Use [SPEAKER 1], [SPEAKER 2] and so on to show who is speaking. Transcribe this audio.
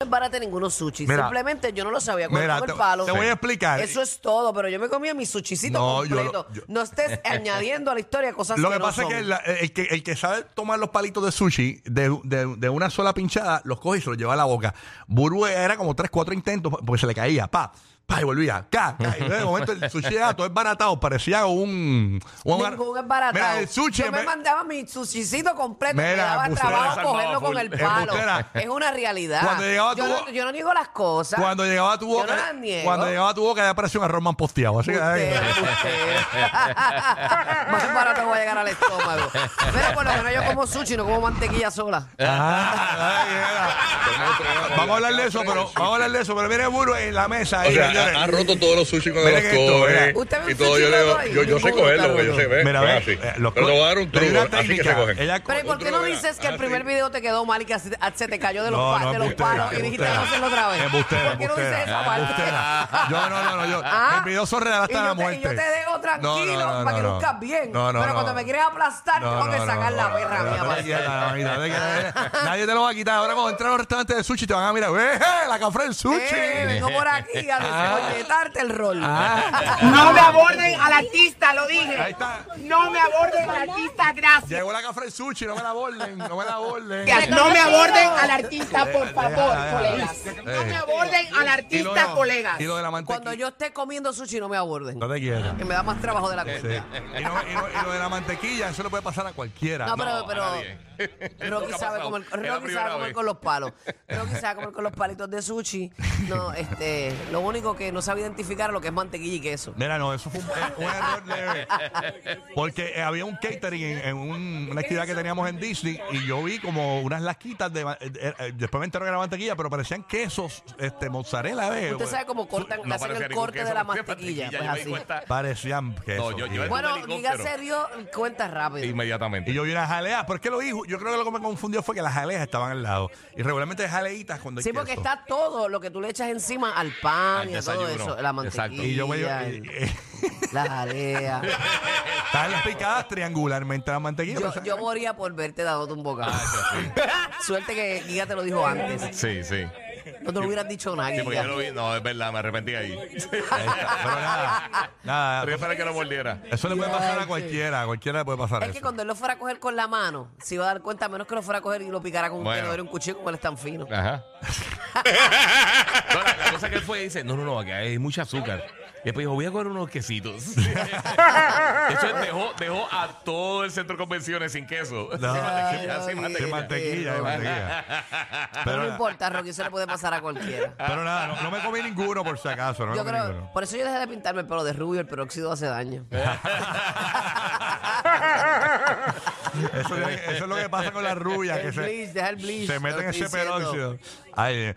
[SPEAKER 1] No embarate ningunos sushi.
[SPEAKER 2] Mira.
[SPEAKER 1] Simplemente yo no lo sabía cuando
[SPEAKER 2] Mira,
[SPEAKER 1] estaba
[SPEAKER 2] te-
[SPEAKER 1] el palo.
[SPEAKER 2] te voy a explicar.
[SPEAKER 1] Eso es todo, pero yo me comía mi sushicito
[SPEAKER 2] No, yo
[SPEAKER 1] completo.
[SPEAKER 2] lo- yo-
[SPEAKER 1] No estés añadiendo a la historia cosas
[SPEAKER 2] Lo que
[SPEAKER 1] que no
[SPEAKER 2] pasa es que,
[SPEAKER 1] son.
[SPEAKER 2] la- el que el que sabe tomar los palitos de sushi de, de- de una sola pinchada, los coge y se los lleva a la boca. Buru era como tres, cuatro intentos porque se le caía, pa, pa, y volvía, ca, ca. Y de momento el sushi era todo desbaratado, parecía un... un
[SPEAKER 1] Ningún es barato.
[SPEAKER 2] Mira, el sushi...
[SPEAKER 1] Yo me
[SPEAKER 2] me-
[SPEAKER 1] mandaba mi sushicito completo.
[SPEAKER 2] Mira,
[SPEAKER 1] me daba
[SPEAKER 2] embustera,
[SPEAKER 1] trabajo
[SPEAKER 2] salvado,
[SPEAKER 1] cogerlo con
[SPEAKER 2] full.
[SPEAKER 1] el palo.
[SPEAKER 2] Embustera.
[SPEAKER 1] Es una realidad.
[SPEAKER 2] Cuando llegaba
[SPEAKER 1] yo,
[SPEAKER 2] tu
[SPEAKER 1] no,
[SPEAKER 2] bo-
[SPEAKER 1] yo no niego las cosas.
[SPEAKER 2] Cuando llegaba a tu
[SPEAKER 1] Yo no
[SPEAKER 2] boca,
[SPEAKER 1] las niego.
[SPEAKER 2] cuando llegaba a tu boca ya parecía un arroz manposteado. Así que,
[SPEAKER 1] Usted, usted. Más barato voy a llegar al estómago. Pero por lo menos yo como sushi, no como mantequilla sola.
[SPEAKER 2] Ah, ay, era. Vamos a hablar de eso, pero vamos a hablar de eso, pero mire Buru en la mesa. ahí,
[SPEAKER 3] O sea,
[SPEAKER 2] señores.
[SPEAKER 3] ha, ha roto todos los sushi con
[SPEAKER 2] Miren
[SPEAKER 3] los
[SPEAKER 2] esto,
[SPEAKER 3] coges.
[SPEAKER 1] mira. Usted ve
[SPEAKER 3] Y
[SPEAKER 1] un
[SPEAKER 3] todo,
[SPEAKER 1] sushi
[SPEAKER 3] yo le digo,
[SPEAKER 1] roto ahí,
[SPEAKER 3] yo, yo sé
[SPEAKER 1] ninguno está
[SPEAKER 3] cogerlo, güey, yo
[SPEAKER 1] roto.
[SPEAKER 3] sé, ve,
[SPEAKER 2] Mira, ve,
[SPEAKER 3] es Pues, así.
[SPEAKER 2] eh, los
[SPEAKER 3] Pero
[SPEAKER 2] co-
[SPEAKER 3] te voy a dar un
[SPEAKER 2] le di
[SPEAKER 3] truco,
[SPEAKER 2] una
[SPEAKER 3] así que se
[SPEAKER 2] técnica.
[SPEAKER 3] cogen.
[SPEAKER 2] Ella-
[SPEAKER 1] Pero ¿y por qué no
[SPEAKER 3] Otro,
[SPEAKER 1] dices que el
[SPEAKER 3] ah,
[SPEAKER 1] primer
[SPEAKER 3] sí.
[SPEAKER 1] video te quedó mal y que así- ah, se te cayó de los,
[SPEAKER 2] No,
[SPEAKER 1] pa-
[SPEAKER 2] no,
[SPEAKER 1] de los
[SPEAKER 2] embustera,
[SPEAKER 1] palos y dijiste
[SPEAKER 2] embustera.
[SPEAKER 1] vamos a hacerlo otra vez?
[SPEAKER 2] Embustera,
[SPEAKER 1] ¿Por qué no dices
[SPEAKER 2] embustera,
[SPEAKER 1] esa
[SPEAKER 2] embustera.
[SPEAKER 1] parte? Ah,
[SPEAKER 2] Yo, no, no, no, yo- mis videos son reales hasta
[SPEAKER 1] Y yo
[SPEAKER 2] la
[SPEAKER 1] te-
[SPEAKER 2] muerte.
[SPEAKER 1] Y yo te dejo tranquilo
[SPEAKER 2] No, no, no,
[SPEAKER 1] para que
[SPEAKER 2] no, no.
[SPEAKER 1] luzcas bien.
[SPEAKER 2] No, no,
[SPEAKER 1] Pero
[SPEAKER 2] no.
[SPEAKER 1] cuando me quieres aplastar,
[SPEAKER 2] No,
[SPEAKER 1] tengo que
[SPEAKER 2] no,
[SPEAKER 1] sacar
[SPEAKER 2] no,
[SPEAKER 1] la
[SPEAKER 2] no,
[SPEAKER 1] perra
[SPEAKER 2] no,
[SPEAKER 1] mía. pues. Eh,
[SPEAKER 2] no,
[SPEAKER 1] para
[SPEAKER 2] no, no, no, no, no, Nadie te lo va a quitar. Ahora cuando entras a los restaurantes de sushi te van a mirar, ¡eh, la cafre del sushi!
[SPEAKER 1] Eh, vengo por aquí a
[SPEAKER 2] Ah.
[SPEAKER 1] descolletarte el rol.
[SPEAKER 4] No me aborden al artista, lo dije.
[SPEAKER 2] Ahí está.
[SPEAKER 4] No me aborden al artista, gracias.
[SPEAKER 2] Llegó la cafre del sushi, no me la borden, no me la borden.
[SPEAKER 4] No me aborden al artista, por favor,
[SPEAKER 2] deja,
[SPEAKER 4] colegas.
[SPEAKER 2] deja.
[SPEAKER 4] No me aborden al
[SPEAKER 2] Y lo-
[SPEAKER 4] artista, colegas.
[SPEAKER 2] Y lo de la mantequilla.
[SPEAKER 1] Cuando yo esté comiendo sushi, no me aborden.
[SPEAKER 2] No te quiero.
[SPEAKER 1] Que me da más trabajo de la cuenta.
[SPEAKER 2] Sí. Y, no- y no- y lo de la mantequilla, eso le puede pasar a cualquiera.
[SPEAKER 1] No,
[SPEAKER 3] No,
[SPEAKER 1] pero,
[SPEAKER 3] a
[SPEAKER 1] pero
[SPEAKER 3] nadie.
[SPEAKER 1] Rocky
[SPEAKER 3] Nunca ha
[SPEAKER 1] sabe
[SPEAKER 3] pasado.
[SPEAKER 1] comer,
[SPEAKER 3] Es la
[SPEAKER 1] Rocky
[SPEAKER 3] primera
[SPEAKER 1] sabe comer
[SPEAKER 3] vez.
[SPEAKER 1] con los palos. Rocky sabe comer con los palitos de sushi. No, este, lo único que no sabe identificar es lo que es mantequilla y queso.
[SPEAKER 2] Mira, no, eso fue un, eh, un error leve. Porque eh, había un catering en, en un- una actividad que teníamos en Disney y yo vi como unas lasquitas de. ma- eh, eh, eh, después me entero que era mantequilla, pero parecían quesos, este, mozzarella, ¿ves?
[SPEAKER 1] Usted sabe cómo cortan,
[SPEAKER 3] No
[SPEAKER 1] hacen
[SPEAKER 3] parecía
[SPEAKER 1] el
[SPEAKER 3] ningún
[SPEAKER 1] corte
[SPEAKER 3] queso,
[SPEAKER 1] de la
[SPEAKER 3] parecía
[SPEAKER 1] mantequilla. Pues
[SPEAKER 3] yo me di
[SPEAKER 1] así.
[SPEAKER 3] cuenta.
[SPEAKER 2] Parecían quesos.
[SPEAKER 3] yo-
[SPEAKER 2] y-
[SPEAKER 3] yo-
[SPEAKER 1] Bueno,
[SPEAKER 3] Un
[SPEAKER 1] Giga
[SPEAKER 3] helicóptero.
[SPEAKER 1] se dio cuenta rápido.
[SPEAKER 3] Inmediatamente.
[SPEAKER 2] y yo vi unas jaleas, pero es que lo dijo. Yo creo que lo que me confundió fue que las jaleas estaban al lado. Y regularmente hay jaleitas cuando hay
[SPEAKER 1] Sí, porque
[SPEAKER 2] queso.
[SPEAKER 1] está todo lo que tú le echas encima al pan
[SPEAKER 3] Al
[SPEAKER 1] y a todo
[SPEAKER 3] desayuno.
[SPEAKER 1] eso. La
[SPEAKER 3] Exacto.
[SPEAKER 1] mantequilla,
[SPEAKER 2] Y eh, yo me.
[SPEAKER 1] el- la jalea.
[SPEAKER 2] Estaban las picadas triangularmente las mantequillas.
[SPEAKER 1] Yo,
[SPEAKER 2] pero-
[SPEAKER 1] yo moría por verte dándote un bocado.
[SPEAKER 3] Ah,
[SPEAKER 1] Suerte que Giga te lo dijo antes.
[SPEAKER 3] Sí, sí.
[SPEAKER 1] No te lo hubieras dicho nada,
[SPEAKER 3] Sí, porque yo
[SPEAKER 1] Giga.
[SPEAKER 3] lo vi. No, es verdad, me arrepentí ahí.
[SPEAKER 2] Ahí está. Pero nada, nada.
[SPEAKER 3] Pero para que lo mordiera.
[SPEAKER 2] Eso le puede pasar a cualquiera, a cualquiera le puede pasar
[SPEAKER 1] Es
[SPEAKER 2] eso.
[SPEAKER 1] que cuando él lo fuera a coger con la mano, se iba a dar cuenta, a menos que lo fuera a coger y lo picara con un
[SPEAKER 3] Bueno.
[SPEAKER 1] dedo, era un cuchillo como él es tan fino.
[SPEAKER 3] Ajá. No, la, la cosa que él fue y dice, no, no, no, aquí hay mucha azúcar. Y después dijo, voy a coger unos quesitos. Eso es, dejó, dejó a todo el centro de convenciones sin queso.
[SPEAKER 2] No,
[SPEAKER 1] Ay,
[SPEAKER 2] de
[SPEAKER 1] no,
[SPEAKER 2] mantequilla, de
[SPEAKER 1] mira,
[SPEAKER 2] mantequilla, de
[SPEAKER 1] no.
[SPEAKER 2] mantequilla.
[SPEAKER 1] Pero no
[SPEAKER 2] Pero,
[SPEAKER 1] importa, Rocky, eso le puede pasar a cualquiera.
[SPEAKER 2] pero nada, no, no me comí ninguno por si acaso, no me
[SPEAKER 1] Yo
[SPEAKER 2] comí
[SPEAKER 1] creo,
[SPEAKER 2] ninguno.
[SPEAKER 1] por eso yo dejé de pintarme el pelo de rubio, el peróxido hace daño.
[SPEAKER 2] Eso, es- eso es lo que pasa con las rubias.
[SPEAKER 1] El
[SPEAKER 2] que se,
[SPEAKER 1] bleach, deja el bleach,
[SPEAKER 2] se
[SPEAKER 1] lo
[SPEAKER 2] meten
[SPEAKER 1] estoy
[SPEAKER 2] ese
[SPEAKER 1] diciendo.
[SPEAKER 2] peróxido. Ay, eh.